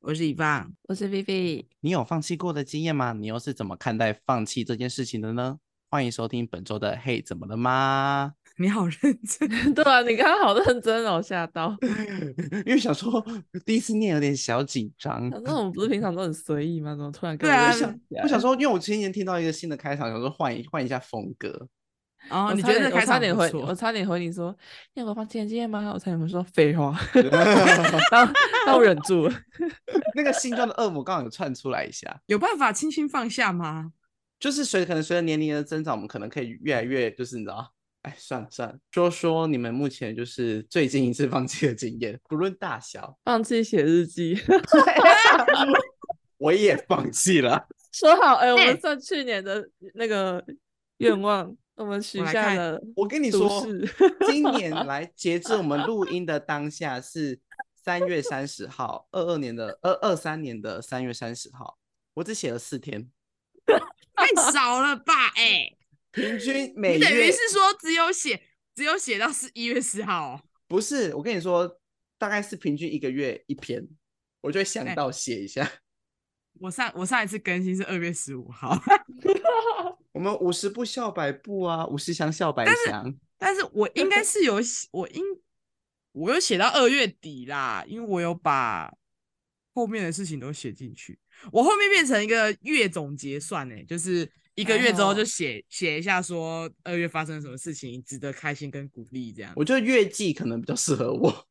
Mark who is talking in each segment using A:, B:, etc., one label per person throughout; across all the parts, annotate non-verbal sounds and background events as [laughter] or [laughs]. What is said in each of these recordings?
A: 我是以放，
B: 我是 Vivi，
C: 你有放弃过的经验吗？你又是怎么看待放弃这件事情的呢？欢迎收听本周的《嘿，怎么了吗 [laughs]
A: 你好认真，
B: [laughs] [laughs] 对啊，你刚刚好认真哦，吓到。》
C: 因为想说第一次念有点小紧张，
B: 反正我们不是平常都很随意吗？怎么突然
A: [laughs]
B: 跟
A: 对啊
B: 我
A: 我想
C: 我想说，因为我前几天听到一个新的开场，想说换一换一下风格。
A: 然后
B: 我
A: 哦你
B: 差
A: 觉得
B: 点
A: 这开
B: 我差
A: 场
B: 点
A: 不
B: 回，
A: 错
B: 我差点回你说，你有没有放弃的经验吗？我差点回说废
A: [laughs]
B: 话，然后但我忍住了。
C: 那个心中的恶魔刚好有窜出来一下，
A: 有办法轻轻放下
B: [laughs]
A: 吗？
C: 就是随可能随着年龄的增长，我们可能可以越来越就是你知道。哎，算了算了，说说你们目前就是最近一次放弃的经验，不论大小。
B: 放弃写日记， [laughs]
C: 我也放弃了。
B: 说好，哎、我
A: 哎
B: 们算去年的那个愿望，我们许
A: 我来
B: 下
A: 看
B: 了。
C: 我跟你
B: 都
C: 说，
B: 市
C: 今
A: [laughs]
C: 年来截至我们录音的当下是三月三十号，二二年的二二三年的三月三十号，我只写了四天，
A: 太少了吧？哎、
C: 平均每
A: 你等于
C: 月
A: 是说只有写，只有写到十一月十号、哦，
C: 不是我跟你说，大概是平均一个月一篇，我就会想
A: 哎
C: 到写一下。
A: 我上我上一次更新是二月十五号， [laughs]
C: 我们五十步笑百步啊，五十强笑百强，
A: 但是我应该是有写，我应我有写到二月底啦，因为我有把后面的事情都写进去。我后面变成一个月总结算呢、就是一个
B: 还
A: 月之后
B: 好
A: 就写写一下，说二月发生了什么事情，值得开心跟鼓励这样。
C: 我觉得月季可能比较适合我。 [laughs]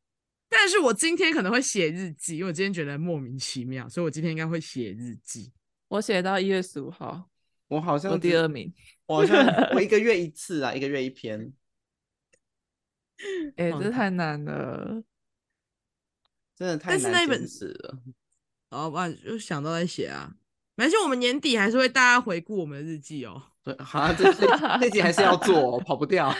A: 但是我今天可能会写日记，因为我今天觉得莫名其妙，所以我今天应该会写日记。
B: 我写到一月十五号，
C: 我好
B: 我
C: 像
B: 第
C: 只
B: 二，名。
C: 我好像我一个月一次啊，一个月一篇。
B: 哎、
A: 忘
B: 这
A: 了
B: 太难了。
C: 真的太
A: 但是
C: 难
A: 那一
C: 坚
A: 本
C: 持了。
A: 哦然后吧，就想到再写啊。而且我们年底还是会大家回顾我们的日记哦，
C: 对，好、像这这这集还是要做、哦，跑不掉。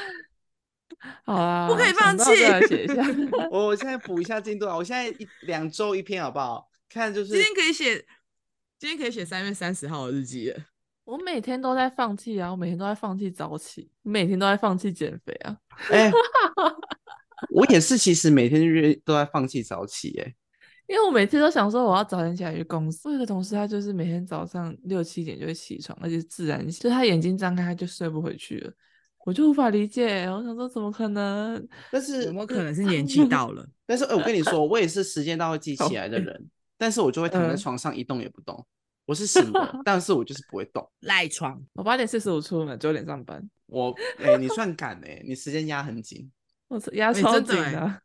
B: 好啊，
A: 不可以
B: 想
A: 放
B: 到就
A: 弃
B: 来写一下。
C: 我我现在补一下进度啊，我现在一两周一篇好不好？看就是
A: 今天可以写，今天可以写三月三十号的日记了。
B: 我每天都在放弃啊，我每天都在放弃早起，每天都在放弃减肥啊。
C: 哎、
A: [laughs]
C: 我也是，其实每天日都在放弃早起、哎，
B: 因为我每次都想说我要早点起来去公司。我有个同事，他就是每天早上六七点就会起床，而且是自然醒，就他眼睛张开他就睡不回去了，我就无法理解。我想说怎么可能？
C: 但是啊
A: 有没有可能是
C: [laughs]
A: 年纪到了？
C: 但是、哎，我跟你说，我也是时间到会记起来的人，但是我就会躺在
B: 嗯
C: 床上一动也不动。我是
A: [laughs]
C: 醒的，但是我就是不会动。
A: 赖床，
B: 我八点四十五出门，九点上班，
C: 我哎、你算赶哎、你时间压很紧。
B: 我是压
A: 哎
B: 超
A: 真的
B: 紧
A: 哎
B: 啊。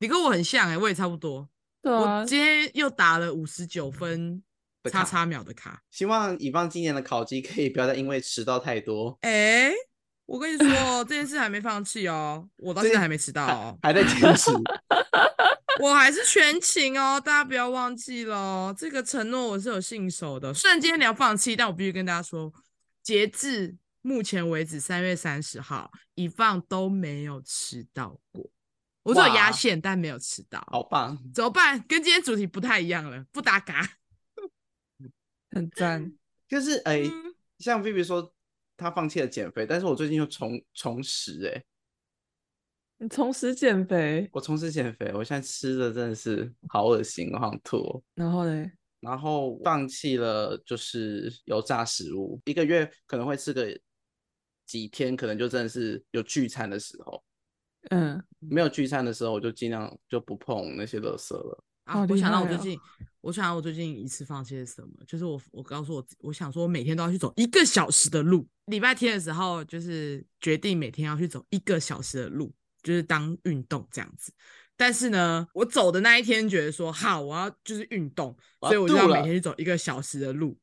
A: 你跟我很像哎、我也差不多。
B: 对啊
A: 我，今天又打了五十九分
C: 的
A: 叉
C: 卡
A: 叉秒的卡。
C: 希望以放今年的烤鸡可以不要再因为迟到太多，
A: 哎、我跟你说哦，这件事还没放弃哦，我到
C: 这
A: 现在
C: 件
A: 还没迟到哦。
C: 还在坚持。
A: 我还是全勤哦，大家不要忘记喽。这个承诺我是有信守的，虽然今天你要放弃，但我必须跟大家说，截至目前为止三月三十号，以放都没有迟到过。我只有压
C: 哇
A: 线，但没有迟到。
C: 好棒！
A: 怎么办？跟今天主题不太一样了，不打卡。
B: 很赞。
C: 就是哎、
A: 嗯
C: 像菲菲说她放弃了减肥，但是我最近又重重拾哎、
B: 你重拾减肥，
C: 我重拾减肥，我现在吃的真的是好恶心，我好想吐哦。
B: 然后嘞，
C: 然后放弃了就是油炸食物，一个月可能会吃个几天，可能就真的是有聚餐的时候，
B: 嗯，
C: 没有聚餐的时候我就尽量就不碰那些垃圾了。
A: 啊
B: 好，
A: 我
B: 厉
A: 想到我
B: 害
A: 最
B: 哦
A: 近，我想到我最近一次放弃是什么？就是我我告诉我自，我想说我每天都要去走一个小时的路。礼拜天的时候，就是决定每天要去走一个小时的路，就是当运动这样子。但是呢，我走的那一天觉得说好，我要就是运动，
C: 我
A: 所以
C: 要
A: 我就
C: 吐
A: 要每
C: 了
A: 天去走一个小时的路。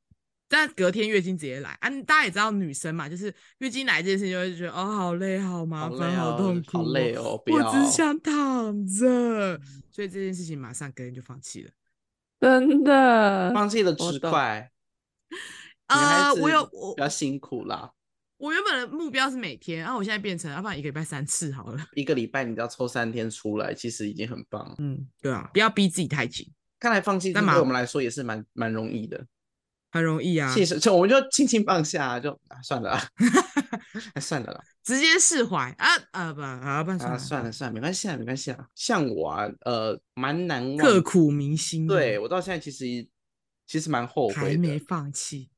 A: 但隔天月经直接来啊！大家也知道女生嘛，就是月经来这件事情就会觉得哦，好累，好麻
C: 好
A: 烦，
C: 累哦，
A: 痛苦、
C: 好累哦，不
A: 我
C: 要
A: 只想躺着，嗯所以这件事情马上隔天就放弃了。
B: 真的，哦
C: 放弃了
B: 我
C: 吃
B: 懂
C: 块，
A: 呃，我有我
C: 比较辛苦啦，
A: 我原本的目标是每天，然、啊后我现在变成，要不然一个礼拜三次好了。
C: 一个礼拜你只要抽三天出来，其实已经很棒了。
A: 嗯，对啊，不要逼自己太紧，
C: 看来放弃对
A: 干嘛
C: 我们来说也是蛮蛮容易的，
A: 很容易啊，
C: 其实就我们就轻轻放下啊，就啊算
A: [laughs]
C: 了啦，啊算了啦，
A: 直接释怀啊啊不啊不然算
C: 啊
A: 了
C: 算了算了，没关系啊，没关系啊。像我啊，呃，蛮难忘
A: 刻苦铭心，啊
C: 对，我到现在其实其实蛮后
A: 还
C: 悔
A: 没
C: 的，
A: 放弃。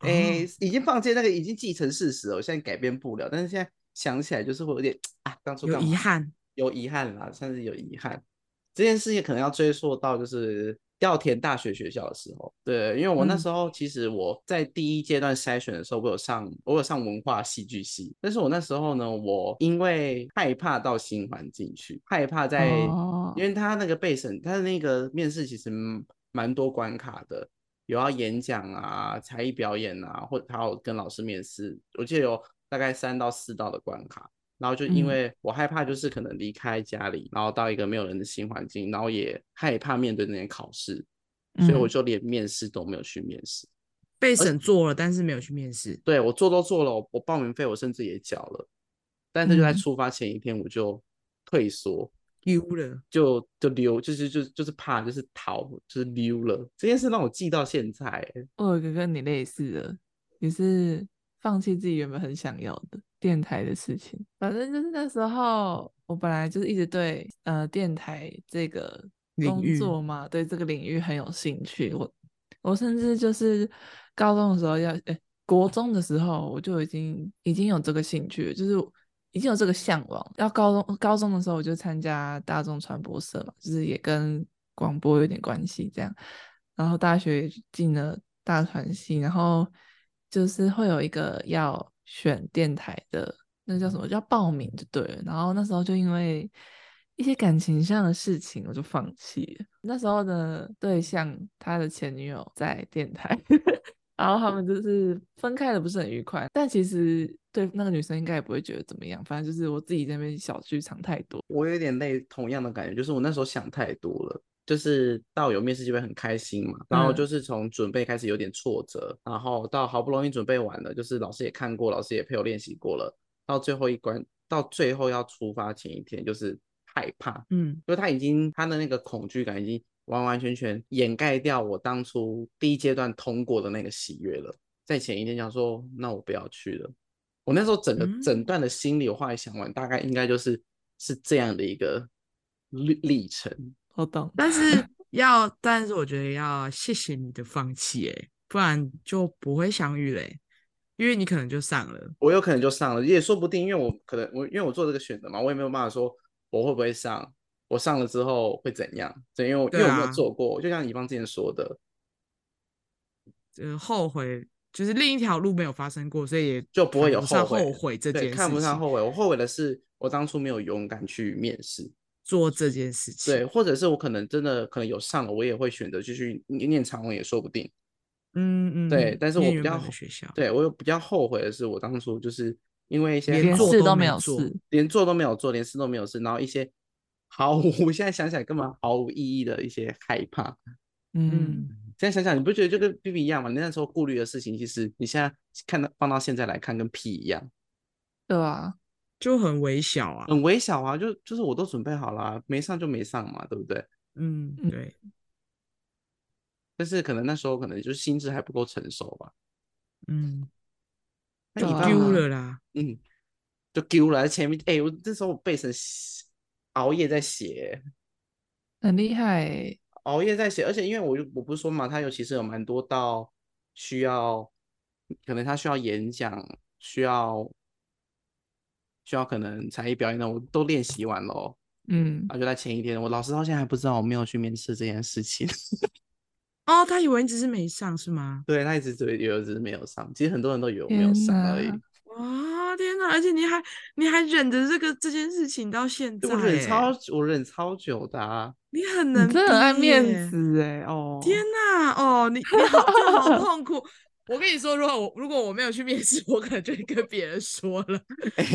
A: 哦
C: 哎、已经放弃那个已经既成事实了，我现在改变不了，但是现在想起来就是会有点啊，当初
A: 有
C: 干
A: 遗
C: 嘛
A: 憾，
C: 有遗憾啦，算是有遗憾。这件事情可能要追溯到就是要填大学学校的时候，对，因为我那
A: 嗯
C: 时候其实我在第一阶段筛选的时候，我有上我有上文化戏剧系，但是我那时候呢，我因为害怕到新环境去，害怕在，
B: 哦
C: 因为他那个备审，他的那个面试其实蛮蛮多关卡的，有要演讲啊、才艺表演啊，或者还有跟老师面试，我记得有大概三到四道的关卡。然后就因
A: 嗯
C: 为我害怕，就是可能离开家里，然后到一个没有人的新环境，然后也害怕面对那些考试，所以
B: 嗯
C: 我就连面试都没有去面试。
A: 被审做了，但是没有去面试。
C: 对我做都做了，我报名费我甚至也缴了，但是就在
A: 嗯
C: 出发前一天我就退缩，
A: 丢了，
C: 就就溜，就是就就是怕，就是逃，就是溜了。这件事让我记到现在欸，
B: 我有一个跟你类似的，也是放弃自己原本很想要的电台的事情。反正就是那时候，我本来就是一直对呃电台这个
A: 领
B: 工
A: 域
B: 作嘛，对这个领域很有兴趣。我我甚至就是高中的时候要，哎、国中的时候我就已经已经有这个兴趣了，就是已经有这个向往。要高中高中的时候，我就参加大众传播社嘛，就是也跟广播有点关系这样。然后大学也进了大传系，然后就是会有一个要选电台的，那叫什么？叫报名就对了。然后那时候就因为一些感情上的事情，我就放弃了。那时候的对象，他的前女友在电台， [laughs] 然后他们就是分开的不是很愉快，但其实对那个女生应该也不会觉得怎么样，反正就是我自己在那边小剧场太多。
C: 我有点类同样的感觉，就是我那时候想太多了。就是到有面试机会很开心嘛，然后
B: 嗯
C: 就是从准备开始有点挫折，然后到好不容易准备完了，就是老师也看过，老师也陪我练习过了，到最后一关，到最后要出发前一天，就是害怕，
A: 嗯，
C: 就他已经他的那个恐惧感已经完完全全掩盖掉我当初第一阶段通过的那个喜悦了。在前一天想说，那我不要去了。我那时候整个整
A: 嗯
C: 段的心理，我后来想完，大概应该就是是这样的一个历历程。
B: 我懂，
A: 但 [laughs] 是要，但是我觉得要谢谢你的放弃，哎，不然就不会相遇嘞，因为你可能就上了。
C: 我有可能就上了，也说不定，因为我可能我因为我做这个选择嘛，我也没有办法说我会不会上，我上了之后会怎样？对，因为我、因
A: 对
C: 为我没有
A: 啊
C: 做过，就像乙方之前说的，
A: 呃，后悔就是另一条路没有发生过，所以也
C: 就不会
A: 谈
C: 有
A: 不上
C: 后悔
A: 后悔这
C: 对，
A: 件事情，
C: 看不上后悔。我后悔的是我当初没有勇敢去面试，
A: 做这件事情。
C: 对，，或者是我可能真的可能有上了，我也会选择继续念念长文也说不定。
A: 嗯嗯，
C: 对
A: 嗯
C: 但是
A: 念
C: 我
A: 原
C: 比较
A: 本的
C: 后
A: 学校，
C: 对我有比较后悔的是，我当初就是因为一些
A: 连
B: 连
C: 毫
A: 做
B: 事
A: 都
B: 都
A: 没
B: 没
A: 有
B: 有
A: 做
B: 事，
C: 连做都没有做，连试都没有试，然后一些毫无 [laughs] 现在想起来根本毫无意义的一些害怕。
B: 嗯
A: 嗯，
C: 现在想想，你不觉得就跟 B B 一样吗？你那时候顾虑的事情，其实你现在看到放到现在来看，跟屁一样，
B: 对啊，
A: 就很微小啊。
C: 很微小啊。就就是我都准备好了啊、没上就没上嘛，对不对？
A: 嗯，
B: 嗯
A: 对，
C: 但是可能那时候可能就是心智还不够成熟吧。
A: 嗯，
C: 那
B: 对
C: 你
B: 啊
A: 丢了啦。
C: 嗯，就丢了。前面哎、我那时候我背成写熬夜在写，
B: 很厉害欸、
C: 熬夜在写，而且因为我就我不是说嘛，他有其实有蛮多到需要，可能他需要演讲，需要需要可能才艺表演的，我都练习完了哦，
B: 嗯
C: 然后就在前一天，我老师到现在还不知道我没有去面试这件事情， [laughs]
A: 哦，他以为你只是没上是吗？
C: 对他一直以为有只是没有上，其实很多人都以为我没有
B: 天
C: 上而已
B: 哪，
A: 哇，天哪！而且你还你还忍着这个这件事情到现在
C: 我忍
A: 欸，
C: 超我忍超久的
A: [laughs]
C: 啊， [laughs]
A: 你很
B: 你
A: 能，
B: 真的很爱面。子哎、哦，
A: 天哪，哦，你你好，这好痛苦。我跟你说，如果我如果我没有去面试，我可能就会跟别人说了。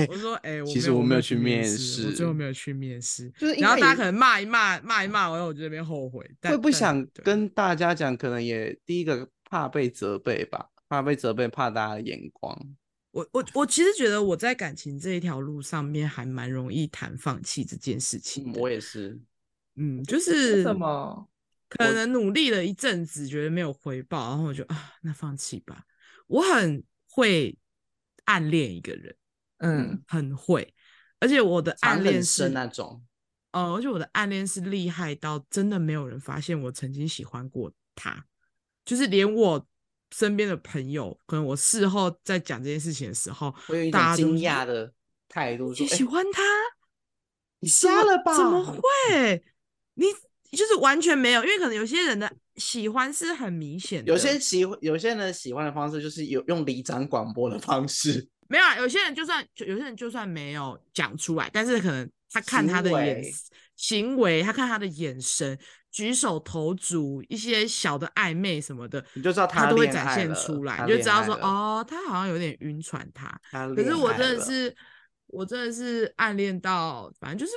A: 我说，哎、我
C: 其
A: 没
C: 实
A: 有
C: 我
A: 我
C: 没有
A: 有
C: 去
A: 面
C: 面
A: 我最
C: 试
A: 后没有去面试。
C: 就是应
A: 然后
C: 该
A: 大家
C: 也
A: 可能骂一骂，骂一骂，然后我就在那边后悔，但
C: 会不
A: 但
C: 想
A: 对
C: 跟大家讲，可能也第一个怕被责备吧。怕被责备，怕大家的眼光。
A: 我我我其实觉得我在感情这一条路上面还蛮容易谈放弃这件事情
C: 嗯
A: 的。
C: 我也是，
A: 嗯，就
B: 为
A: 是
B: 什么？
A: 可能努力了一阵子，觉得没有回报，然后我就啊，那放弃吧。我很会暗恋一个人，
B: 嗯，
A: 很会，而且我的暗
C: 藏
A: 恋
C: 很
A: 是
C: 深啊那种。
A: 呃，而且我的暗恋是厉害到真的没有人发现我曾经喜欢过他，就是连我身边的朋友，可能我事后在讲这件事情的时候，
C: 我有一种
A: 大家都
C: 惊
A: 是
C: 讶的态度，说
A: 你：“喜
C: 哎
A: 欢他？
C: 你
A: 怎
C: 瞎
A: 么
C: 了吧？
A: 怎么会？你就是完全没有，因为可能有些人的喜欢是很明显的，
C: 有些喜欢有些人喜欢的方式就是有用里长广播的方式，
A: 没有啊，有些人就算就有些人就算没有讲出来，但是可能他看他的
C: 行
A: 眼
C: 为
A: 行为，他看他的眼神、举手投足、一些小的暧昧什么的，
C: 你就知道
A: 他
C: 他
A: 都会
C: 恋
A: 展
C: 爱
A: 现
C: 了
A: 出来，
C: 他
A: 你就
C: 恋
A: 知道
C: 爱
A: 说
C: 了
A: 哦，他好像有点晕船他。
C: 他
A: 可是
C: 恋
A: 我
C: 爱
A: 真的
C: 了
A: 是，我真的是暗恋到，反正就是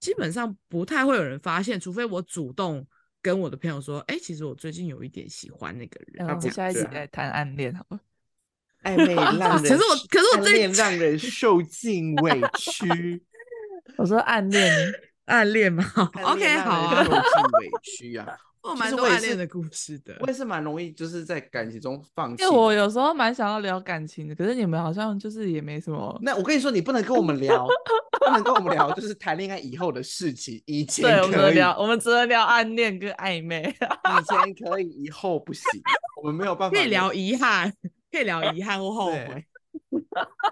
A: 基本上不太会有人发现，除非我主动跟我的朋友说，哎、其实我最近有一点喜欢那个人。
B: 那我
C: 不
B: 们下一集
C: 觉
B: 来谈暗恋好了。
A: [laughs]
C: 暧昧让
A: 哦可
C: 人
A: 是我可是我
C: [laughs] 暗
A: 最
C: 恋让人受尽委
A: [laughs]
C: 屈
B: 我说暗恋，
A: 暗恋嘛
C: 暗
A: [laughs] ，OK，
C: 恋让
A: 好啊
C: 人受，尽委屈啊！
A: 我
C: 其
A: 蛮
C: 实
A: 多
C: 我也
A: 暗恋
C: 是
A: 的故事的。
C: 我也是蛮容易就是在感情中放弃
B: 因为
C: 的。
B: 我有时候蛮想要聊感情的，可是你们好像就是也没什么。
C: 那我跟你说，你不能跟我们聊，不能跟我们聊，就是谈恋爱以后的事情。以前
B: 对，我们只
C: 可
B: 能
C: 以，
B: 聊，我们只能聊暗恋跟暧昧。
C: 以前可以，以后不行。我们没有办法
A: 可以聊遗
C: [laughs]
A: 憾，可以聊遗憾或后
C: 对
A: 悔，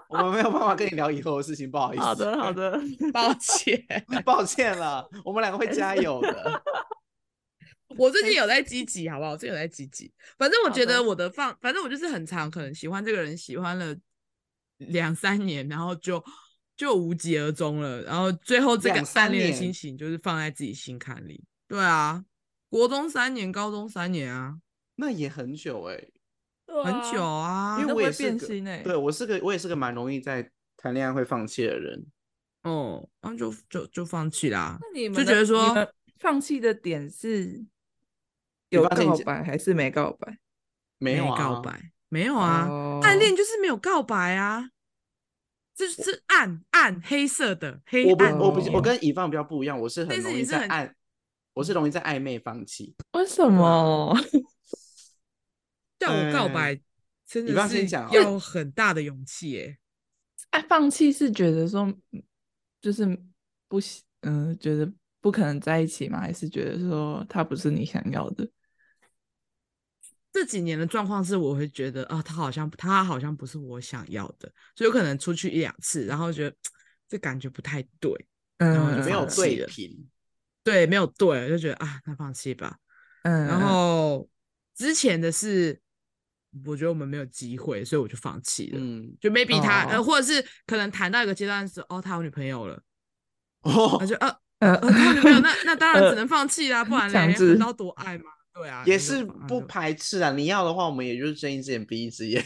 C: 我们没有办法跟你聊以后的事情，不好意思。
B: 好的，好，
C: [laughs]
B: 的。 [laughs]
A: [laughs] 抱歉。
C: 抱歉了，我们两个会加油的。 [laughs]
A: 我最近有在积极，好不好？我最近有在积极。反正我
B: 好
A: 觉得
B: 的
A: 我的放，反正我就是很常可能喜欢这个人，喜欢了两三年，然后就就无疾而终了。然后最后这个
C: 两三
A: 暗恋的
C: 年
A: 心情就是放在自己心坎里。对啊，国中三年，高中三年啊，
C: 那也很久哎、
A: 很久啊。
C: 因
B: 都
C: 为
B: 不
C: 我也
B: 会
C: 是
B: 变
C: 个
B: 心欸
C: 对我是个我也是个蛮容易在谈恋爱会放弃的人。
A: 哦，然后就就就放弃啦。
B: 那你们
A: 就
B: 的
A: 觉得
B: 你
A: 说
B: 们放弃的点是有
C: 方说你
B: 告
C: 讲
B: 白还是没告白？
C: 没有、啊、
A: 告白，没有啊。
B: 哦
A: 暗恋就是没有告白啊，这是暗暗黑色的黑
C: 我不
A: 暗面。
C: 我不我
B: 哦
C: 跟乙方比较不一样，我是
A: 但
C: 很
A: 是
C: 容
A: 你
C: 易
A: 是
C: 在
A: 很
C: 暧，我是容易在暧昧放弃。
B: 为什么？
A: 叫我告白，真
C: 哎你不
A: 的
C: 要先
A: 是
C: 讲哦
A: 要很大的勇气耶、
B: 哎，放弃是觉得说嗯就是不喜，嗯、觉得不可能在一起吗？还是觉得说他不是你想要的？
A: 这几年的状况是，我会觉得啊，他好像他好像不是我想要的，所以有可能出去一两次，然后觉得嘖这感觉不太对，然后就
B: 嗯，
C: 没有
A: 放弃
C: 对
A: 了
C: 平，
A: 对，没有对，就觉得啊，那放弃吧。
B: 嗯，
A: 然后之前的是，我觉得我们没有机会，所以我就放弃了。
C: 嗯，
A: 就 maybe 他、呃，
B: 哦
A: 或者是可能谈到一个阶段是，哦，他有女朋友了，
C: 哦
A: 那，就呃
B: 嗯
A: 呃，他有女朋友，
B: [laughs]
A: 那那当然只能
B: 呃
A: 放弃啦，不然
B: 强
A: 嘞，
B: 制
A: 横刀夺爱嘛，对啊，
C: [laughs] 也
A: 你就是放
C: 不
A: 就
C: 排斥啊。你要的话，我们也就是睁一只眼闭一只眼，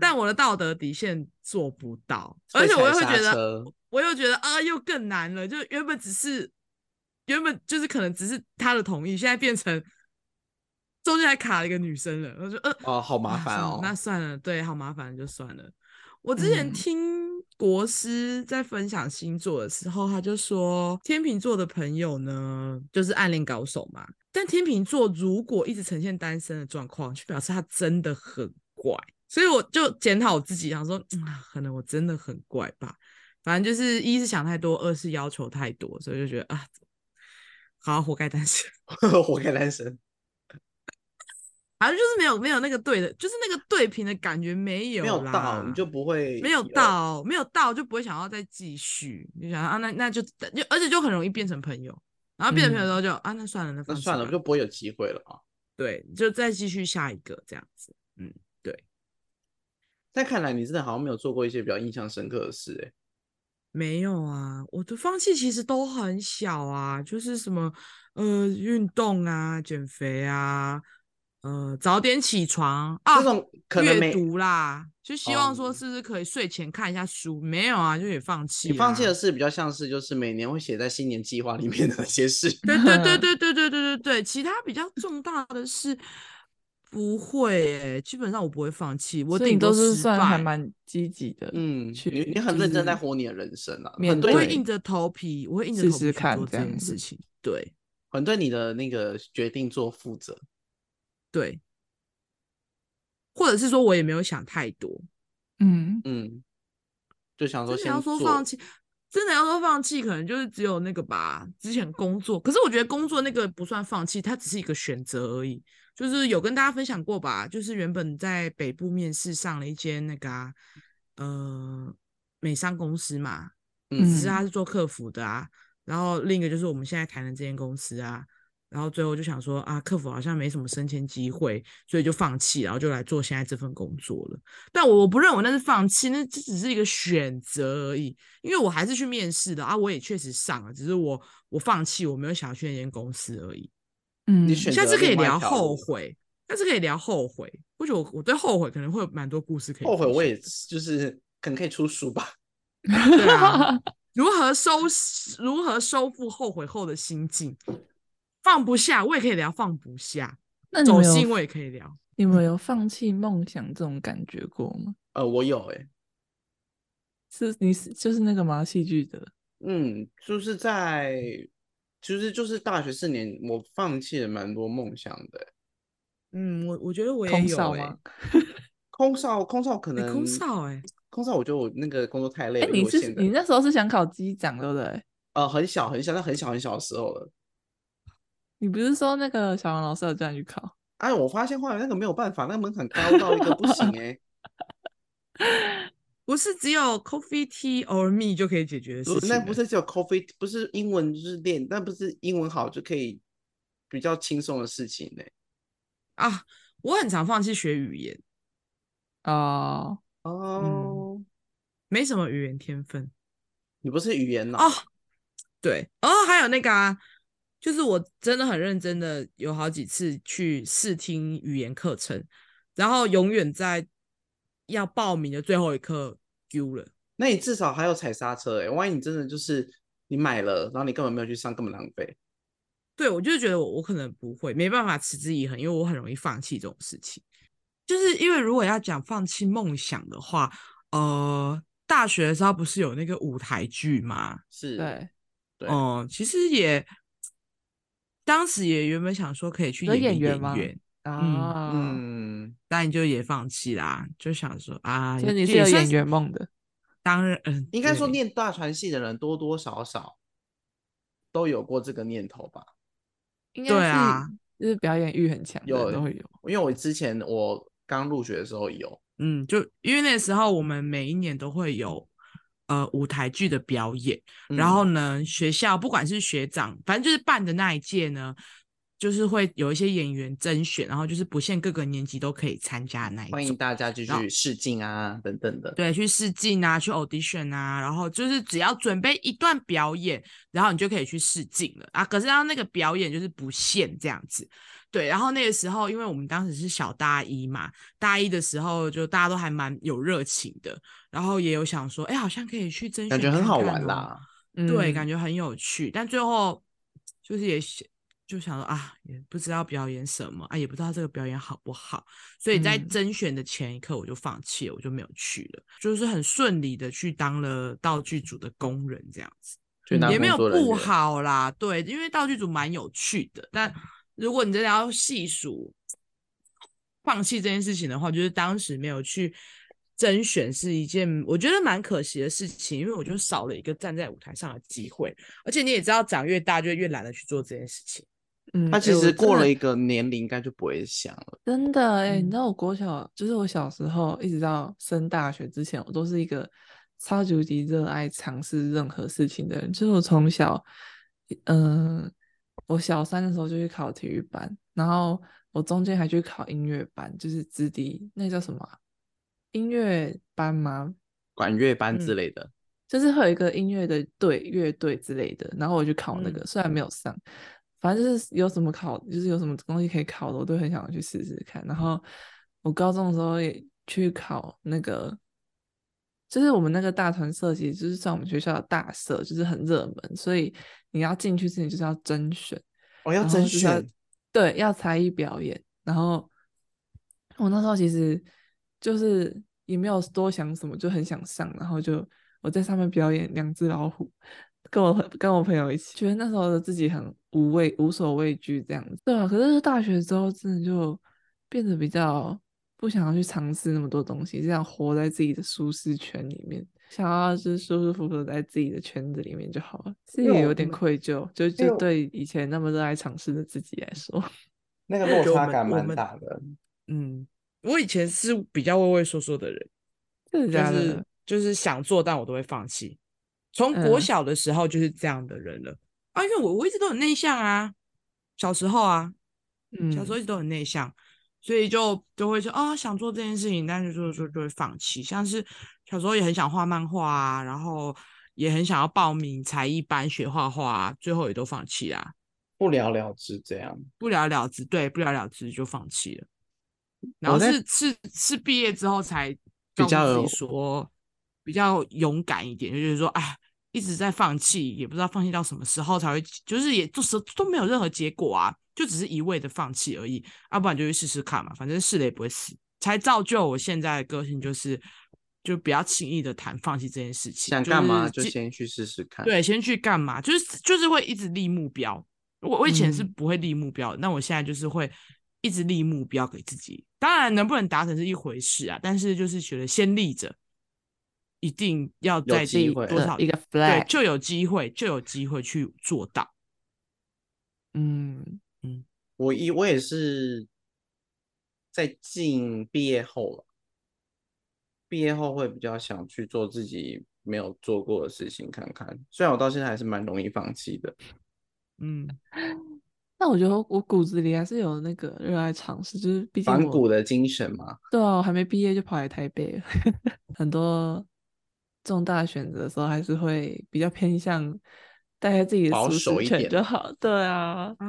A: 但我的道德底线做不到，
C: 会
A: [laughs] 而且我又
C: 踩
A: 会
C: 刹
A: 觉得
C: 车，
A: 我又觉得啊，又更难了。就原本只是，原本就是可能只是他的同意，现在变成中间还卡了一个女生了。我就呃，
C: 哦，好麻
A: 啊
C: 烦
A: 算了
C: 哦。
A: 那算了，对，好麻烦，就算了。我之前
B: 嗯
A: 听国师在分享星座的时候，他就说天秤座的朋友呢，就是暗恋高手嘛。但天秤座如果一直呈现单身的状况，就表示他真的很怪。所以我就检讨我自己，想说，嗯，啊可能我真的很怪吧。反正就是一是想太多，二是要求太多，所以就觉得啊，好，活该单身。 [laughs]
C: [laughs] 活该单身。
A: 反正就是没有没有那个对的，就是那个对平的感觉没 [laughs] 有
C: 没有到，
A: 啦
C: 你就不会
A: 没有。到，没有到就不会想要再继续，你就想啊，那那就就而且就很容易变成朋友，然后变成朋友之后就、啊，那算了，那
C: 那
A: 放弃
C: 算了，
A: 吧
C: 就不会有机会了啊。
A: 对，就再继续下一个这样子。嗯，
C: 但看来你真的好像没有做过一些比较印象深刻的事、欸，
A: 没有啊，我的放弃其实都很小啊，就是什么呃运动啊、减肥啊、呃早点起床啊
C: 这，种可能
A: 阅
C: 没
A: 读啦，就希望说
C: 哦
A: 是不是可以睡前看一下书，没有啊，就也放弃、啊，
C: 你放弃的事比较像是就是每年会写在新年计划里
B: [laughs]
C: 面的那些事。
A: 对对对对对对对对对，其他比较重大的是，不会耶、基本上我不会放弃，我
B: 所以
A: 顶
B: 你
A: 多
B: 都是
A: 失
B: 算还
A: 败
B: 蛮积极的，
C: 嗯，
B: 去
C: 你你很
B: 就
C: 认真在
B: 是
C: 活你的人生啊，
B: 面
C: 很
A: 我
C: 对
A: 会
B: 对
A: 硬着头皮，我会硬着
B: 试
A: 头皮去
B: 试看
A: 做
B: 这
A: 这件
B: 样子
A: 事情。对
C: 很对你的那个决定做负责。
A: 对，或者是说我也没有想太多，
B: 嗯，
C: 嗯，就想说
A: 真的
C: 先
A: 要说
C: 做
A: 放弃，真的要说放弃，可能就是只有那个吧。之前工作，可是我觉得工作那个不算放弃，它只是一个选择而已。就是有跟大家分享过吧，就是原本在北部面试上了一间那个、啊、呃美商公司嘛，只
C: 嗯
A: 是
B: 嗯
A: 他是做客服的啊，然后另一个就是我们现在谈的这间公司啊，然后最后就想说啊，客服好像没什么升迁机会，所以就放弃，然后就来做现在这份工作了。但我我不认为那是放弃，那这只是一个选择而已，因为我还是去面试的啊，我也确实上了，只是我我放弃，我没有想要去那间公司而已。
B: 嗯，
C: 你选
A: 下
C: 择
A: 次可以
C: 另外一
A: 聊
C: 条
A: 后
C: 路
A: 悔，下次可以聊后悔。我觉得我我对后悔可能会有蛮多故事可以
C: 后悔，
A: 分
C: 我
A: 享
C: 也是就是可能可以出书吧。
A: 对啊，如何收拾如何收复后悔后的心境？放不下，我也可以聊放不下；
B: 那你
A: 走
B: 们有
A: 心，我也可以聊。
B: 你们有放弃梦想这种感觉过吗？
C: 呃，我有哎、
B: 是你是就是那个吗？戏剧的，
C: 嗯，就是在，其实就是大学四年，我放弃了蛮多梦想的欸、
A: 嗯，我我觉得我也
B: 空
A: 有
B: 少
A: 欸
B: 吗？
C: 空少，空少可
A: 欸
C: 能
A: 空少哎、
C: 空少，我觉得我那个工作太累
B: 哎、
C: 了。因
B: 你
C: 为我
B: 是
C: 现在
B: 你那时候是想考机长对不对？
C: 呃很小很小，那很小很小的时候了。
B: 你不是说那个小王老师有叫你去考？
C: 哎，我发现后来那个没有办法，那个门槛高到一个不
A: [laughs]
C: 行哎、
A: 不是只有 coffee tea or me 就可以解决的事
C: 不
A: 情。
C: 那不，是只有 coffee，不是英文就是练，那不是英文好就可以比较轻松的事情欸呢、
A: 嗯啊，我很常放弃学语言，
B: 哦，
C: 哦，
A: 没什么语言天分。
C: 你不是语言脑
A: 哦，对，哦，还有那个啊，就是我真的很认真的有好几次去试听语言课程，然后永远在要报名的最后一刻丢了。
C: 那你至少还有踩刹车哎、万一你真的就是你买了，然后你根本没有去上，根本浪费。
A: 对，我就觉得我我可能不会，没办法持之以恒，因为我很容易放弃这种事情。就是因为如果要讲放弃梦想的话，呃，大学的时候不是有那个舞台剧吗？
C: 是，
B: 对，
C: 对
A: 哦、其实也当时也原本想说可以去
B: 有
A: 演
B: 演
A: 一
B: 员
A: 演
B: 吗
A: 员
B: 啊，
C: 嗯，
A: 但就也放弃啦，就想说啊，
B: 所以你
A: 这
B: 是
A: 也
B: 有
A: 算
B: 演员梦的，
A: 当然，嗯，
C: 应该说
A: 对
C: 念大传系的人多多少少都有过这个念头吧。
B: 应
A: 对
B: 该是
A: 啊
B: 就是表演欲很强的
C: 有
B: 人都会有。
C: 因为我之前我刚入学的时候有，
A: 嗯，就因为那时候我们每一年都会有呃舞台剧的表演，然后
C: 嗯
A: 呢，学校不管是学长，反正就是办的那一届呢，就是会有一些演员甄选，然后就是不限各个年级都可以参加的那一
C: 欢迎
A: 种。
C: 大家继
A: 然后
C: 续试镜啊等等的。
A: 对，去试镜啊，去 audition 啊，然后就是只要准备一段表演，然后你就可以去试镜了啊。可是他那个表演就是不限这样子，对。然后那个时候，因为我们当时是小大一嘛，大一的时候就大家都还蛮有热情的，然后也有想说，哎，好像可以去甄选，
C: 感觉很好
A: 哦
C: 玩。啦。
A: 对，感
B: 觉
A: 觉很有趣，但最后就是也想就想说啊，也不知道表演什么啊，也不知道这个表演好不好，所以在
B: 嗯
A: 甄选的前一刻我就放弃了，我就没有去了，就是很顺利的去当了道具组的工人这样子，
C: 就
A: 嗯
C: 当
A: 也没有
C: 工作人
A: 不
C: 员，
A: 好啦，对，因为道具组蛮有趣的，但如果你真的要细数放弃这件事情的话，就是当时没有去甄选是一件我觉得蛮可惜的事情，因为我就少了一个站在舞台上的机会，而且你也知道，长越大就越懒得去做这件事情。
B: 嗯，
C: 他
B: 哎
C: 其
B: 我
C: 实
B: 真
C: 过
B: 的
C: 了一个年龄，应该就不会想了。
B: 真的哎、你
A: 嗯
B: 知道我国小就是我小时候一直到升大学之前，我都是一个超级无敌热爱尝试任何事情的人。就是我从小，嗯、我小三的时候就去考体育班，然后我中间还去考音乐班，就是直笛，那叫什么啊、音乐班吗？
C: 管乐班之
A: 嗯
C: 类的，
B: 就是会有一个音乐的队、乐队之类的，然后我去考那个，
A: 嗯
B: 虽然没有上，反正就是有什么考，就是有什么东西可以考的，我都很想要去试试看。然后我高中的时候也去考那个，就是我们那个大团社，其实就是算我们学校的大社，就是很热门，所以你要进去之前就是要甄选，
C: 哦我要
B: 然后
C: 甄
B: 就是要
C: 选，
B: 对，要才艺表演，然后我那时候其实就是也没有多想什么，就很想上，然后就我在上面表演两只老虎，跟我跟我朋友一起，觉得那时候的自己很无畏无所畏惧这样子，对啊，可是大学之后真的就变得比较不想要去尝试那么多东西，这样活在自己的舒适圈里面，想要就是舒舒服服地在自己的圈子里面就好了，自己
C: 因为
B: 也
C: 我
B: 有点
C: 们
B: 愧疚，就
C: 因为
B: 就
C: 我
B: 对以前那么热爱尝试的自己来说， [laughs]
C: 那个
A: 我觉得
C: 落
A: 我
C: 差
A: 们
C: 感
A: 我
C: 蛮
A: 们
C: 大的。
A: 嗯，我以前是比较畏畏缩缩的人，
B: 真的
A: 就
B: 假
A: 是
B: 的？
A: 就是想做，但我都会放弃。从国
B: 啊嗯
A: 小的时候就是这样的人了、啊，因为我我一直都很内向啊，小时候啊，小
B: 嗯
A: 时候一直都很内向，所以就就会说啊、想做这件事情，但是就就就会放弃。像是小时候也很想画漫画啊，然后也很想要报名才艺班学画画、啊，最后也都放弃啦、
C: 不了了之这样。
A: 不了了之，对，不了了之就放弃了。然
C: 我
A: 后
C: 在
A: 是是是毕业之后才
C: 比
A: 告诉
C: 较
A: 自
C: 有
A: 己说比较勇敢一点，就是说哎，一直在放弃，也不知道放弃到什么时候才会，就是也就是都没有任何结果啊，就只是一味的放弃而已，要、不然就去试试看嘛，反正试了也不会死，才造就我现在的个性就是。就不要轻易的谈放弃这件事情，
C: 想干嘛
A: 是
C: 就
A: 尽
C: 先去试试看。，
A: 对，先去干嘛？就是就是会一直立目标。我我以前是
B: 嗯
A: 不会立目标的，那、我现在就是会一直立目标给自己。当然，能不能达成是一回事啊，但是就是觉得先立着，一定要在
C: 机
A: 第
C: 会呃
A: 多
B: 的
A: 少
B: 呃一个
A: 对
B: flag，
A: 就有机会，就有机会去做到。
B: 嗯
C: 我一我也是在进毕业后了，毕业后会比较想去做自己没有做过的事情看看。虽然我到现在还是蛮容易放弃的，
A: 嗯，
B: 那我觉得我骨子里还是有那个热爱尝试，就是毕竟
C: 反
B: 我
C: 骨的精神嘛。
B: 对啊，我还没毕业就跑来台北了， [laughs] 很多重大选择的时候还是会比较偏向待在自己的
C: 保
B: 舒
C: 守
B: 适
C: 一
B: 圈
C: 点
B: 就好。对啊， [laughs]
A: 啊，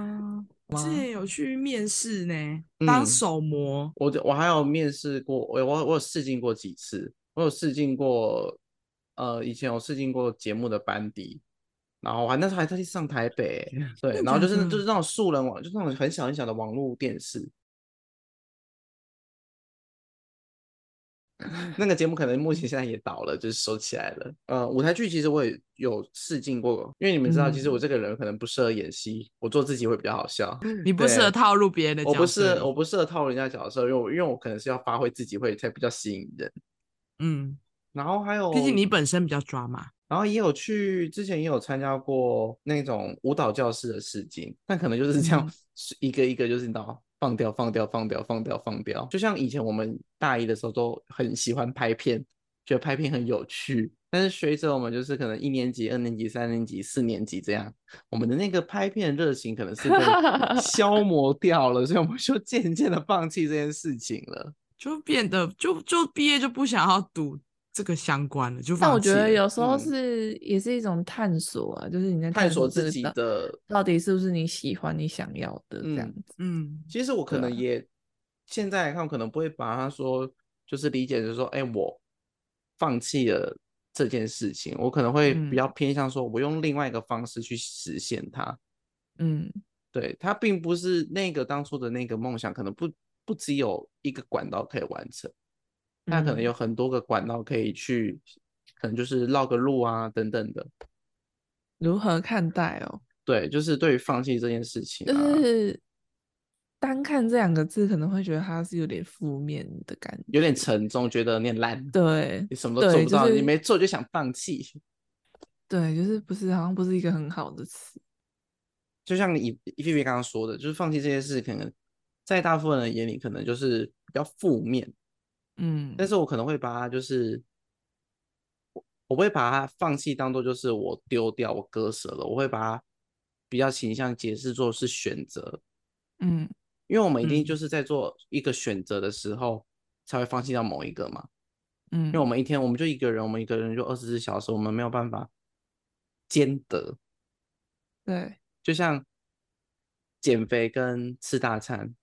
A: 我之前有去面试呢，
C: 嗯
A: 当手模。
C: 我我还有面试过，我我我有试镜过几次，我有试镜过，呃，以前有试镜过节目的班底，然后我还那时候还特地上台北，欸对，
A: 真的
C: 然后就是
A: 假的
C: 就是那种素人网，就是那种很小很小的网络电视，那个节目可能目前现在也倒了，就是收起来了。呃，舞台剧其实我也有试镜过，因为你们知道，其实
A: 嗯
C: 我这个人可能不适合演戏，我做自己会比较好笑。
A: 你不适合
C: 对
A: 套路别人的角
C: 我
A: 色，
C: 不是我不适合套人家角色，因为我因为我可能是要发挥自己会才比较吸引人。
A: 嗯，
C: 然后还有，
A: 毕竟你本身比较抓嘛，
C: 然后也有去之前也有参加过那种舞蹈教室的试镜，但可能就是这样
B: 嗯，
C: [laughs] 是一个一个就是你知道放掉放掉放掉放掉放掉，就像以前我们大一的时候都很喜欢拍片，觉得拍片很有趣。但是随着我们就是可能一年级、二年级、三年级、四年级这样，我们的那个拍片热情可能是被消磨掉了，所以我们就渐渐的放弃这件事情了。
A: 就变得就就毕业就不想要读这个相关了，就
B: 但
A: 放
B: 我
A: 弃
B: 觉得
A: 了
B: 有时候
C: 嗯
B: 是、也是一种探索啊，就是你在
C: 探索
B: 这
C: 自
B: 个
C: 己
B: 到
C: 的
B: 到底是不是你喜欢、你想要的这样
C: 嗯
B: 子。
A: 嗯
C: 其实我可
B: 对啊
C: 能也现在来看，我可能不会把它说就是理解成说，哎，我放弃了这件事情，我可能会比
B: 嗯
C: 较偏向说，我用另外一个方式去实现它。
B: 嗯
C: 对，它并不是那个当初的那个梦想，可能不不只有一个管道可以完成，它可能
B: 嗯
C: 有很多个管道可以去，可能就是绕个路啊等等的。
B: 如何看待哦？
C: 对，就是对于放弃这件事情
B: 就
C: 啊，
B: 是单看这两个字，可能会觉得它是有点负面的感觉，
C: 有点沉重，觉得有点烂，
B: 对
C: 你什么都做
B: 对
C: 不
B: 就
C: 到，你
B: 是
C: 没做就想放弃。
B: 对，就是不是好像不是一个很好的词。
C: 就像你菲菲刚刚说的，就是放弃这些事，可能在大部分人眼里可能就是比较负面，
B: 嗯，
C: 但是我可能会把它就是，我我不会把它放弃当做就是我丢掉，我割舍了，我会把它比较倾向解释做是选择，
B: 嗯
C: 因为我们一定
A: 嗯
C: 就是在做一个选择的时候才会放弃掉某一个嘛，
B: 嗯，
C: 因为我们一天我们就一个人，我们一个人就二十四小时，我们没有办法兼得，
B: 对，
C: 就像减肥跟吃大餐，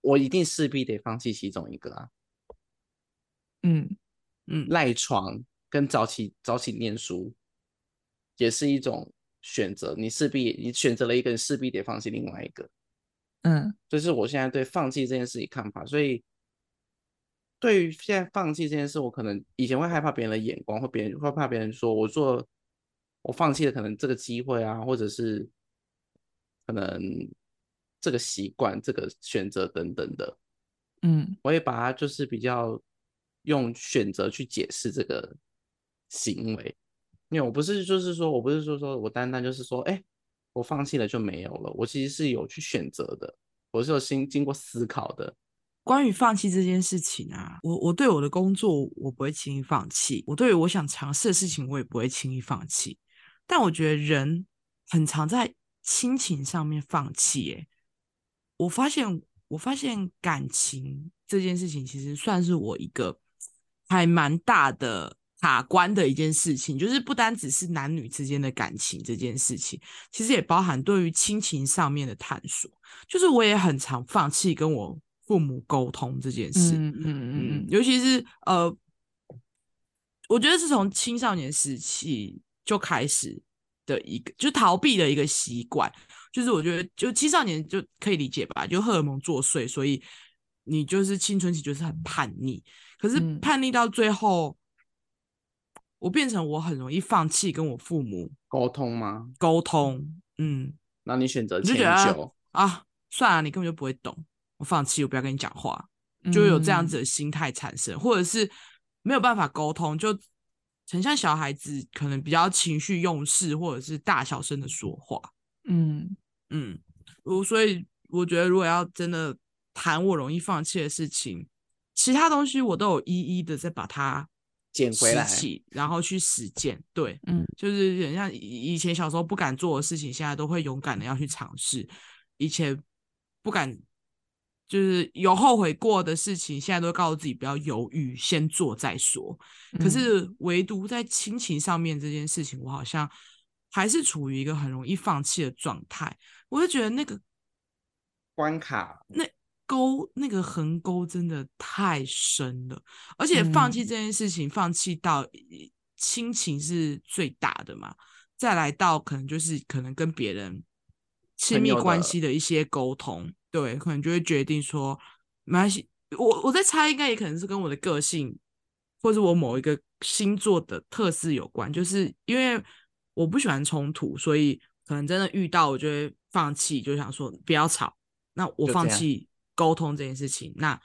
C: 我一定势必得放弃其中一个啊。
B: 嗯
A: 嗯，
C: 赖床跟早起早起念书，也是一种选择。你势必你选择了一个，你势必得放弃另外一个。
B: 嗯
C: 这是我现在对放弃这件事情看法。所以对于现在放弃这件事，我可能以前会害怕别人的眼光，或别人会怕别人说我做我放弃了可能这个机会啊，或者是可能这个习惯、这个选择等等的。
B: 嗯，
C: 我也把它就是比较用选择去解释这个行为，因为我不是就是说我不是说说我单单就是说，哎，我放弃了就没有了，我其实是有去选择的，我是有经经过思考的，
A: 关于放弃这件事情啊，我我对我的工作我不会轻易放弃，我对于我想尝试的事情我也不会轻易放弃。但我觉得人很常在亲情上面放弃、耶。我发现我发现感情这件事情其实算是我一个还蛮大的卡关的一件事情，就是不单只是男女之间的感情这件事情，其实也包含对于亲情上面的探索。就是我也很常放弃跟我父母沟通这件事，
B: 嗯嗯嗯
A: 嗯
B: 嗯，
A: 尤其是呃，我觉得是从青少年时期就开始的一个，就逃避的一个习惯，就是我觉得就青少年就可以理解吧，就荷尔蒙作祟，所以你就是青春期就是很叛逆，可是
B: 嗯
A: 叛逆到最后，我变成我很容易放弃跟我父母
C: 沟通吗？
A: 沟通，嗯
C: 那你选择
A: 你就
C: 迁
A: 觉得
C: 就，
A: 啊，算了，你根本就不会懂，我放弃，我不要跟你讲话，
B: 嗯
A: 就有这样子的心态产生，或者是没有办法沟通，就很像小孩子可能比较情绪用事，或者是大小声的说话。
B: 嗯，嗯，
A: 嗯，我所以我觉得如果要真的谈我容易放弃的事情，其他东西我都有一一的再把它
C: 捡回
A: 拾
C: 来
A: 起，然后去实践。对，
B: 嗯，
A: 就是很像以以前小时候不敢做的事情，现在都会勇敢的要去尝试。以前不敢，就是有后悔过的事情，现在都会告诉自己不要犹豫，先做再说。可
B: 嗯
A: 是唯独在亲情上面这件事情，我好像还是处于一个很容易放弃的状态。我就觉得那个
C: 关卡
A: 沟，那个横沟真的太深了，而且放弃
B: 嗯
A: 这件事情，放弃到一亲情是最大的嘛，再来到可能就是可能跟别人亲
C: 朋
A: 密
C: 友
A: 关
C: 的
A: 系的一些沟通，对，可能就会决定说没关系。我我在猜，应该也可能是跟我的个性，或者我某一个星座的特质有关。就是因为我不喜欢冲突，所以可能真的遇到，我就会放弃，就想说不要吵。那我
C: 就
A: 放
C: 这样
A: 弃沟通这件事情，那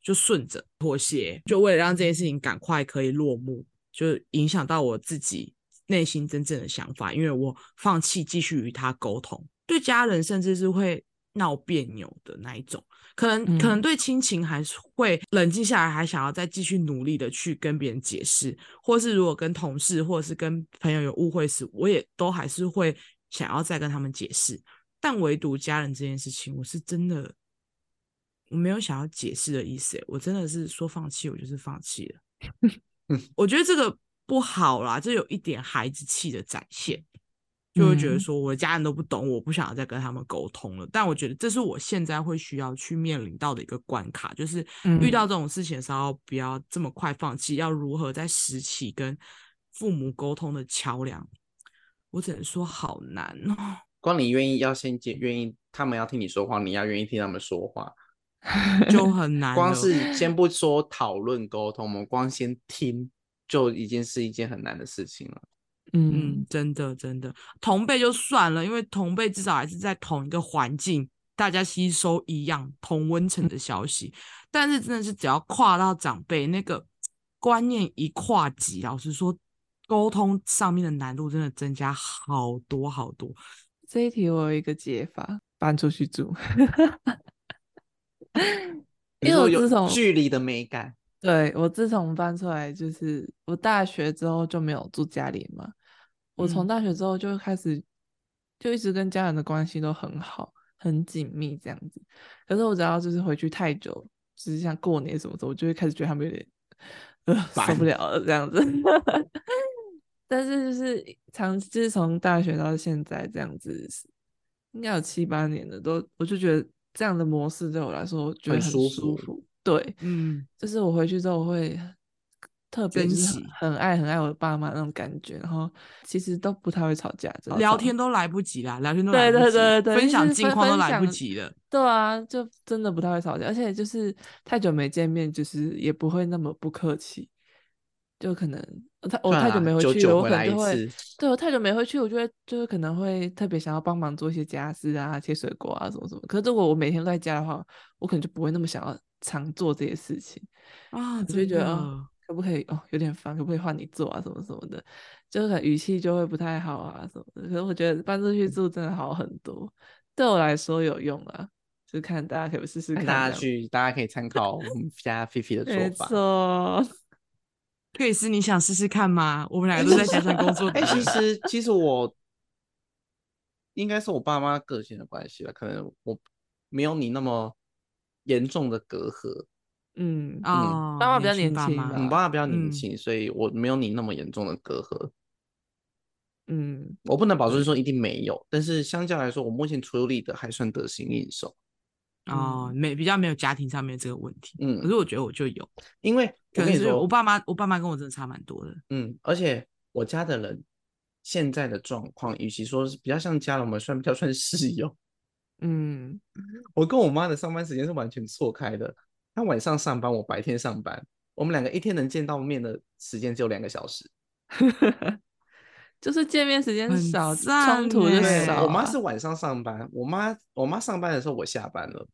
A: 就顺着妥协，就为了让这件事情赶快可以落幕，就影响到我自己内心真正的想法，因为我放弃继续与他沟通，对家人甚至是会闹别扭的那一种。可能可能
B: 嗯
A: 对亲情还是会冷静下来，还想要再继续努力的去跟别人解释，或是如果跟同事或者是跟朋友有误会时，我也都还是会想要再跟他们解释。但唯独家人这件事情，我是真的我没有想要解释的意思欸，我真的是说放弃，我就是放弃了
B: [laughs]
C: 嗯。
A: 我觉得这个不好啦，这有一点孩子气的展现，就会觉得
B: 嗯
A: 说我的家人都不懂，我不想要再跟他们沟通了。但我觉得这是我现在会需要去面临到的一个关卡，就是遇
B: 嗯
A: 到这种事情的时候，不要这么快放弃，要如何在拾起跟父母沟通的桥梁。我只能说好难哦。
C: 光你愿意要先接，愿意他们要听你说话，你要愿意听他们说话，
B: [laughs]
A: 就很难了。
C: 光是先不说讨论沟通，我们光先听就已经是一件很难的事情了。
A: 嗯，
B: 嗯
A: 真的真的，同辈就算了，因为同辈至少还是在同一个环境，大家吸收一样同温层的消息。但是真的是只要跨到长辈那个观念一跨级，老实说，沟通上面的难度真的增加好多好多。
B: 这一题我有一个解法，搬出去住。
C: [laughs]
B: 因
C: 你
B: 为
C: 说
B: 我
C: 有
B: 自从
C: 距离的美感，
B: 对我自从搬出来，就是我大学之后就没有住家里嘛。我从
A: 嗯
B: 大学之后就开始，就一直跟家人的关系都很好，很紧密这样子。可是我只要就是回去太久，就是像过年什么时候，我就会开始觉得他们有点呃受
C: 烦
B: 不了了这样子。 [laughs] 但是就是长，就是从大学到现在这样子，应该有七八年了，都我就觉得这样的模式对我来说，我觉得
C: 很
B: 很
C: 舒
B: 舒
C: 服
B: 服。对，
A: 嗯
B: 就是我回去之后我会特别
A: 珍
B: 就是很
A: 惜
B: 很爱很爱我的爸妈那种感觉，然后其实都不太会吵架，只要
A: 聊
B: 吵
A: 天都来不及啦，聊天都
B: 对
A: 来不及，
B: 对对对，
A: 分
B: 就是
A: 享近况都
B: 分
A: 来不
B: 享
A: 及了。
B: 对啊，就真的不太会吵架，而且就是太久没见面，就是也不会那么不客气。就可能我太我
C: 算
B: 哦太久
C: 了啦
B: 没回
C: 久
B: 去
C: 久
B: 了，我
C: 啊回
B: 可
C: 来
B: 能
C: 一
B: 就会
C: 次
B: 对我太久没回去，我就会就是可能会特别想要帮忙做一些家事啊，切水果啊什么什么。可是如果我每天都在家的话，我可能就不会那么想要常做这些事情。
A: 啊，
B: 我就会
A: 真
B: 觉得哦
A: 的，
B: 可不可以哦，有点烦，可不可以换你做啊，什么什么的，就是可能语气就会不太好啊什么的。可是我觉得搬出去住真的好很多，对我来说有用啊，就是看大家可不可以试试
C: 那
B: 看这
C: 大
B: 样。
C: 家去，大家可以参考我们家菲菲的
B: [laughs] 没
C: 做法。
B: 错，
A: 克里斯，你想试试看吗？我们两个都在家乡
B: [laughs]
A: 工作的
C: 哎、
A: 人，
C: 其实其实我应该是我爸妈个性的关系了，可能我没有你那么严重的隔阂。
B: 嗯，
A: 哦，
B: 爸妈比较
A: 年轻
B: 年
A: 爸
B: 轻
A: 妈
B: 吧
C: 你爸妈比较年
A: 嗯
C: 轻，所以我没有你那么严重的隔阂。
B: 嗯，
C: 我不能保证说一定没有，但是相较来说，我目前处理的还算得心应手。
A: 哦，没比较没有家庭上面这个问题。
C: 嗯
A: 可是我觉得我就有，
C: 因为我
A: 可
C: 跟
A: 能
C: 你
A: 是
C: 说，
A: 我爸妈，我爸妈跟我真的差蛮多的。
C: 嗯，而且我家的人现在的状况，与其说是比较像家人，我们算比较算室友。
B: 嗯，
C: 我跟我妈的上班时间是完全错开的，她晚上上班，我白天上班，我们两个一天能见到面的时间只有两个小时。
B: 就是见面时间
A: 很
B: 少，冲
A: 赞
B: 突就
A: 欸
C: 对，
B: 少、啊。
C: 我妈是晚上上班，我妈我妈上班的时候我下班了，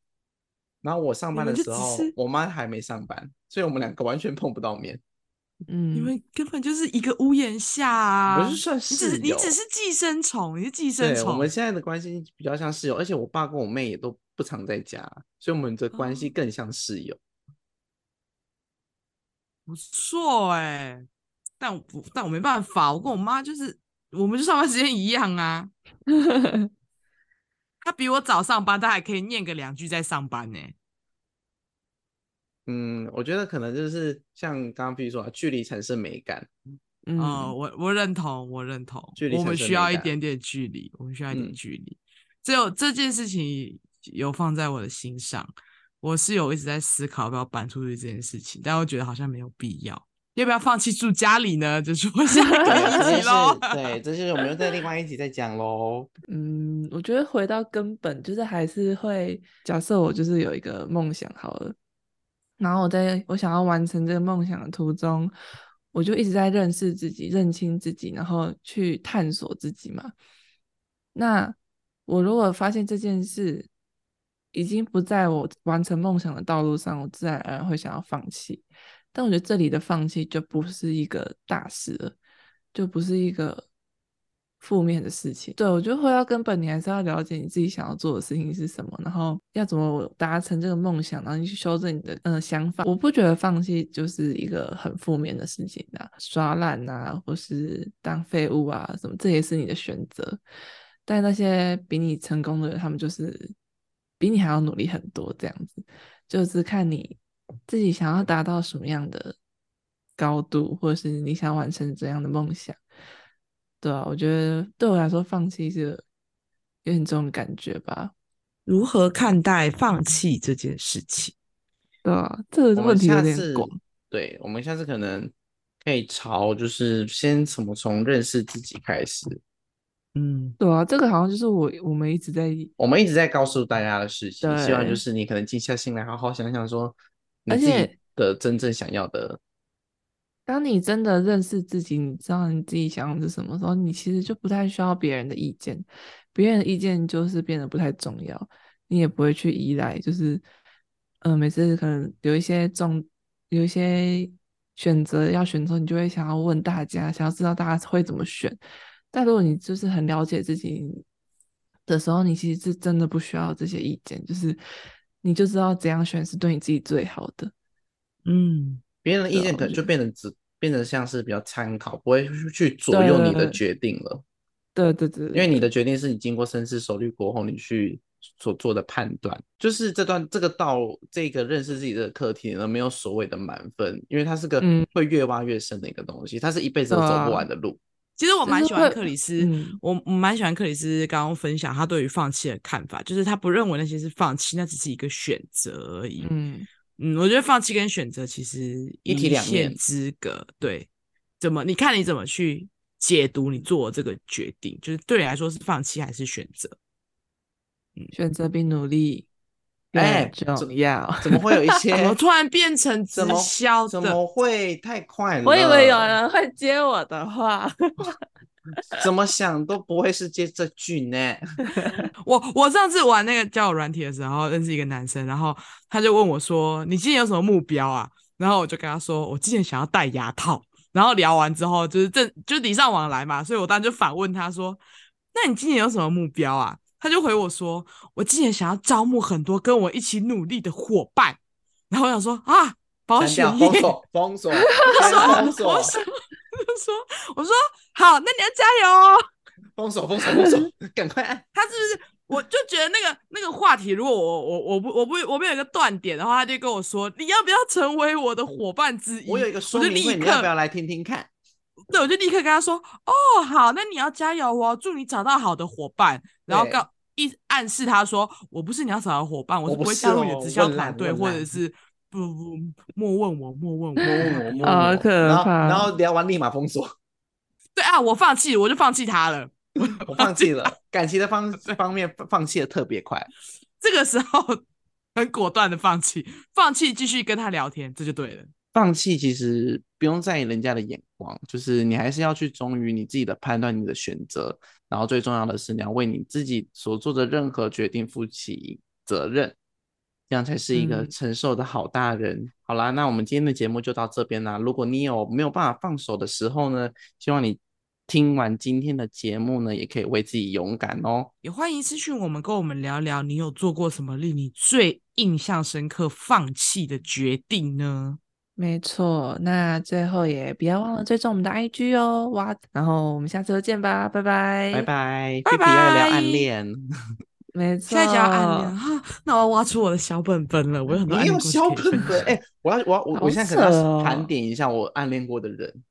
C: 然后我上
A: 你
C: 班
A: 们就
C: 的时
A: 只
C: 候
A: 是
C: 我妈还没上班，所以我们两个完全碰不到面。
A: 你
B: 嗯，
A: 们根本就是一个屋檐下啊！
C: 我是算
A: 你只
C: 室
A: 是
C: 友，
A: 你只是寄生虫，你是寄生
C: 对，我
A: 虫。
C: 们现在的关系比较像室友，而且我爸跟我妹也都不常在家，所以我们的关系
A: 哦
C: 更像室友。
A: 不错哎、但我不，但我没办法，我跟我妈就是，我们就上班时间一样啊。
B: 嗯 [laughs]
C: 哦
A: 她比我早上班，她还可以念个两句再上班呢、
C: 嗯，我觉得可能就是像刚刚比如说啊，距离产生
B: [laughs]
C: 美感，
B: 嗯，
A: 哦，我我认同，我认同
C: 距离，
A: 我
C: 产
A: 们
C: 生
A: 需
C: 美
A: 要一
C: 感
A: 点点距离，我们需要一点
C: 嗯
A: 距离。只有这件事情有放在我的心上，我是有一直在思考要不要搬出去这件事情，但我觉得好像没有必要。要不要放弃住家里呢？这是我下一
C: 对，
A: 个
C: 这
A: 议 [laughs]
C: 就
A: 题喽。
C: 是对，这就是我们又在另外一集再讲喽。
B: 嗯，我觉得回到根本，就是还是会，假设我就是有一个梦想好了，然后我在我想要完成这个梦想的途中，我就一直在认识自己、认清自己，然后去探索自己嘛。那我如果发现这件事已经不在我完成梦想的道路上，我自然而然会想要放弃。但我觉得这里的放弃就不是一个大事了，就不是一个负面的事情。对，我觉得回到根本，你还是要了解你自己想要做的事情是什么，然后要怎么达成这个梦想，然后你去修正你的嗯、呃想法。我不觉得放弃就是一个很负面的事情啊，耍懒啊，或是当废物啊什么，这也是你的选择。但那些比你成功的人，他们就是比你还要努力很多，这样子，就是看你自己想要达到什么样的高度，或者是你想完成怎样的梦想。对啊，我觉得对我来说，放弃是有点这种感觉吧。
A: 如何看待放弃这件事情？
B: 对啊， [laughs] 这
C: 我
B: 个
C: 们
B: 问题
C: 下
B: 有点
C: 次
B: 广。
C: 对，我们下次可能可以朝就是先怎么从认识自己开始，
A: 嗯，
B: 对啊，这个好像就是我我们一直在，
C: 我们一直在告诉大家的事情，希望就
B: 对
C: 是你可能静下心来，好好想想说你
B: 而
C: 自己
B: 且
C: 的真正想要的。
B: 当你真的认识自己，你知道你自己想要的是什么时候，你其实就不太需要别人的意见，别人的意见就是变得不太重要，你也不会去依赖，就是嗯、呃每次可能有一些重有一些选择要选的时候，你就会想要问大家，想要知道大家会怎么选。但如果你就是很了解自己的时候，你其实是真的不需要这些意见，就是你就知道怎样选是对你自己最好的。
A: 嗯，
C: 别人的
B: 对
C: 意
B: 啊
C: 见
B: 我
C: 可能
B: 觉
C: 就
B: 得
C: 变得只变得像是比较参考，不会去左
B: 对
C: 右
B: 对
C: 你的
B: 对
C: 决定了，
B: 对对对，
C: 因为你的决定是你经过深思熟虑过后你去所做的判断。就是这段这个道这个认识自己的课题呢，没有所谓的满分，因为它是个
B: 嗯
C: 会越挖越深的一个东西，它是一辈子都
B: 对
C: 走
B: 啊
C: 不完的路。
A: 其实我
B: 就
A: 蛮
B: 是
A: 喜欢
B: 会
A: 克里斯，
B: 嗯
A: 我我蛮喜欢克里斯刚刚分享他对于放弃的看法，就是他不认为那些是放弃，那只是一个选择而已。
B: 嗯
A: 嗯，我觉得放弃跟选择其实
C: 一体两
A: 线
C: 面
A: 之隔。对，怎么你看你怎么去解读你做的这个决定，就是对你来说是放弃还是选择？
B: 选择并努力，
C: 哎
B: 很重 [laughs] 要。
C: 怎么会有一些
A: 怎么突然变成直
C: 怎么
A: 销
C: 怎
A: 的
C: 么会太快了？
B: 我以为有人会接我的话， [laughs]
C: 怎么想都不会是接这句呢。
A: 我我上次玩那个交友软体的时候，认识一个男生，然后他就问我说：“你今年有什么目标啊？”然后我就跟他说：“我今年想要戴牙套。”然后聊完之后，就是正就礼尚往来嘛，所以我当时就反问他说：“那你今年有什么目标啊？”他就回我说：“我今年想要招募很多跟我一起努力的伙伴。”然后我想说：“啊，保
C: 删
A: 险
C: 掉，
A: 业
C: 封锁，封锁，删封
A: [laughs] 我 [laughs]
C: 锁，
A: 想就说我说好，那你要加油哦。”
C: 封锁，封锁，封锁， [laughs] 赶快按。
A: 他是不是？我就觉得那个那个话题，如果我我我不我不我没有一个断点的话，他就跟我说你要不要成为我的伙伴之一？
C: 我有一个说
A: 我就
C: 明会，
A: 立
C: 你
A: 刻
C: 要不要来听听看？
A: 对，我就立刻跟他说哦好，那你要加油哦，祝你找到好的伙伴，然后
C: 对
A: 告一暗示他说我不是你要找的伙伴，我
C: 我
A: 是
C: 不
A: 会
C: 是
A: 加入你
C: 哦
A: 的直销
C: 问
A: 团
C: 懒
A: 队，
C: 问
A: 或者
C: 懒 [laughs]
A: 是不不莫问我莫问我莫
C: 摸
A: 问
C: 摸
A: 我
C: 我，摸摸
B: 好
C: 我
B: 啊可
C: 然后
B: 怕
C: 然后聊完立马封锁，
A: 对啊，我放弃，我就放弃他了。
C: 我放
B: [laughs]
C: 弃了。感情的方方面放弃的特别快，
A: 这个时候 [laughs] 很果断的放弃，放弃继续跟他聊天，这就对了。
C: 放弃其实不用在意人家的眼光，就是你还是要去忠于你自己的判断、你的选择，然后最重要的是你要为你自己所做的任何决定负起责任，这样才是一个
A: 嗯
C: 承受的好大人。好啦，那我们今天的节目就到这边啦。如果你有没有办法放手的时候呢，希望你听完今天的节目呢，也可以为自己勇敢哦。
A: 也欢迎私讯我们，跟我们聊聊你有做过什么令你最印象深刻放弃的决定呢？
B: 没错。那最后也不要忘了追踪我们的 IG 哦，哇！然后我们下次再见吧，拜拜，
C: 拜。拜，
A: 拜
C: 菲比要聊
A: 拜
C: 暗恋，
B: 没错，
A: 下一集要暗恋哈，那我要挖出我的小本本 [laughs] 了，我有很多暗恋
C: 你有
A: 故事
C: 小
A: 可以分
C: 本本
A: 享
C: 哎、我要我要我
B: 好
C: 我现在可能
B: 扯
C: 要
B: 哦
C: 盘点一下我暗恋过的人。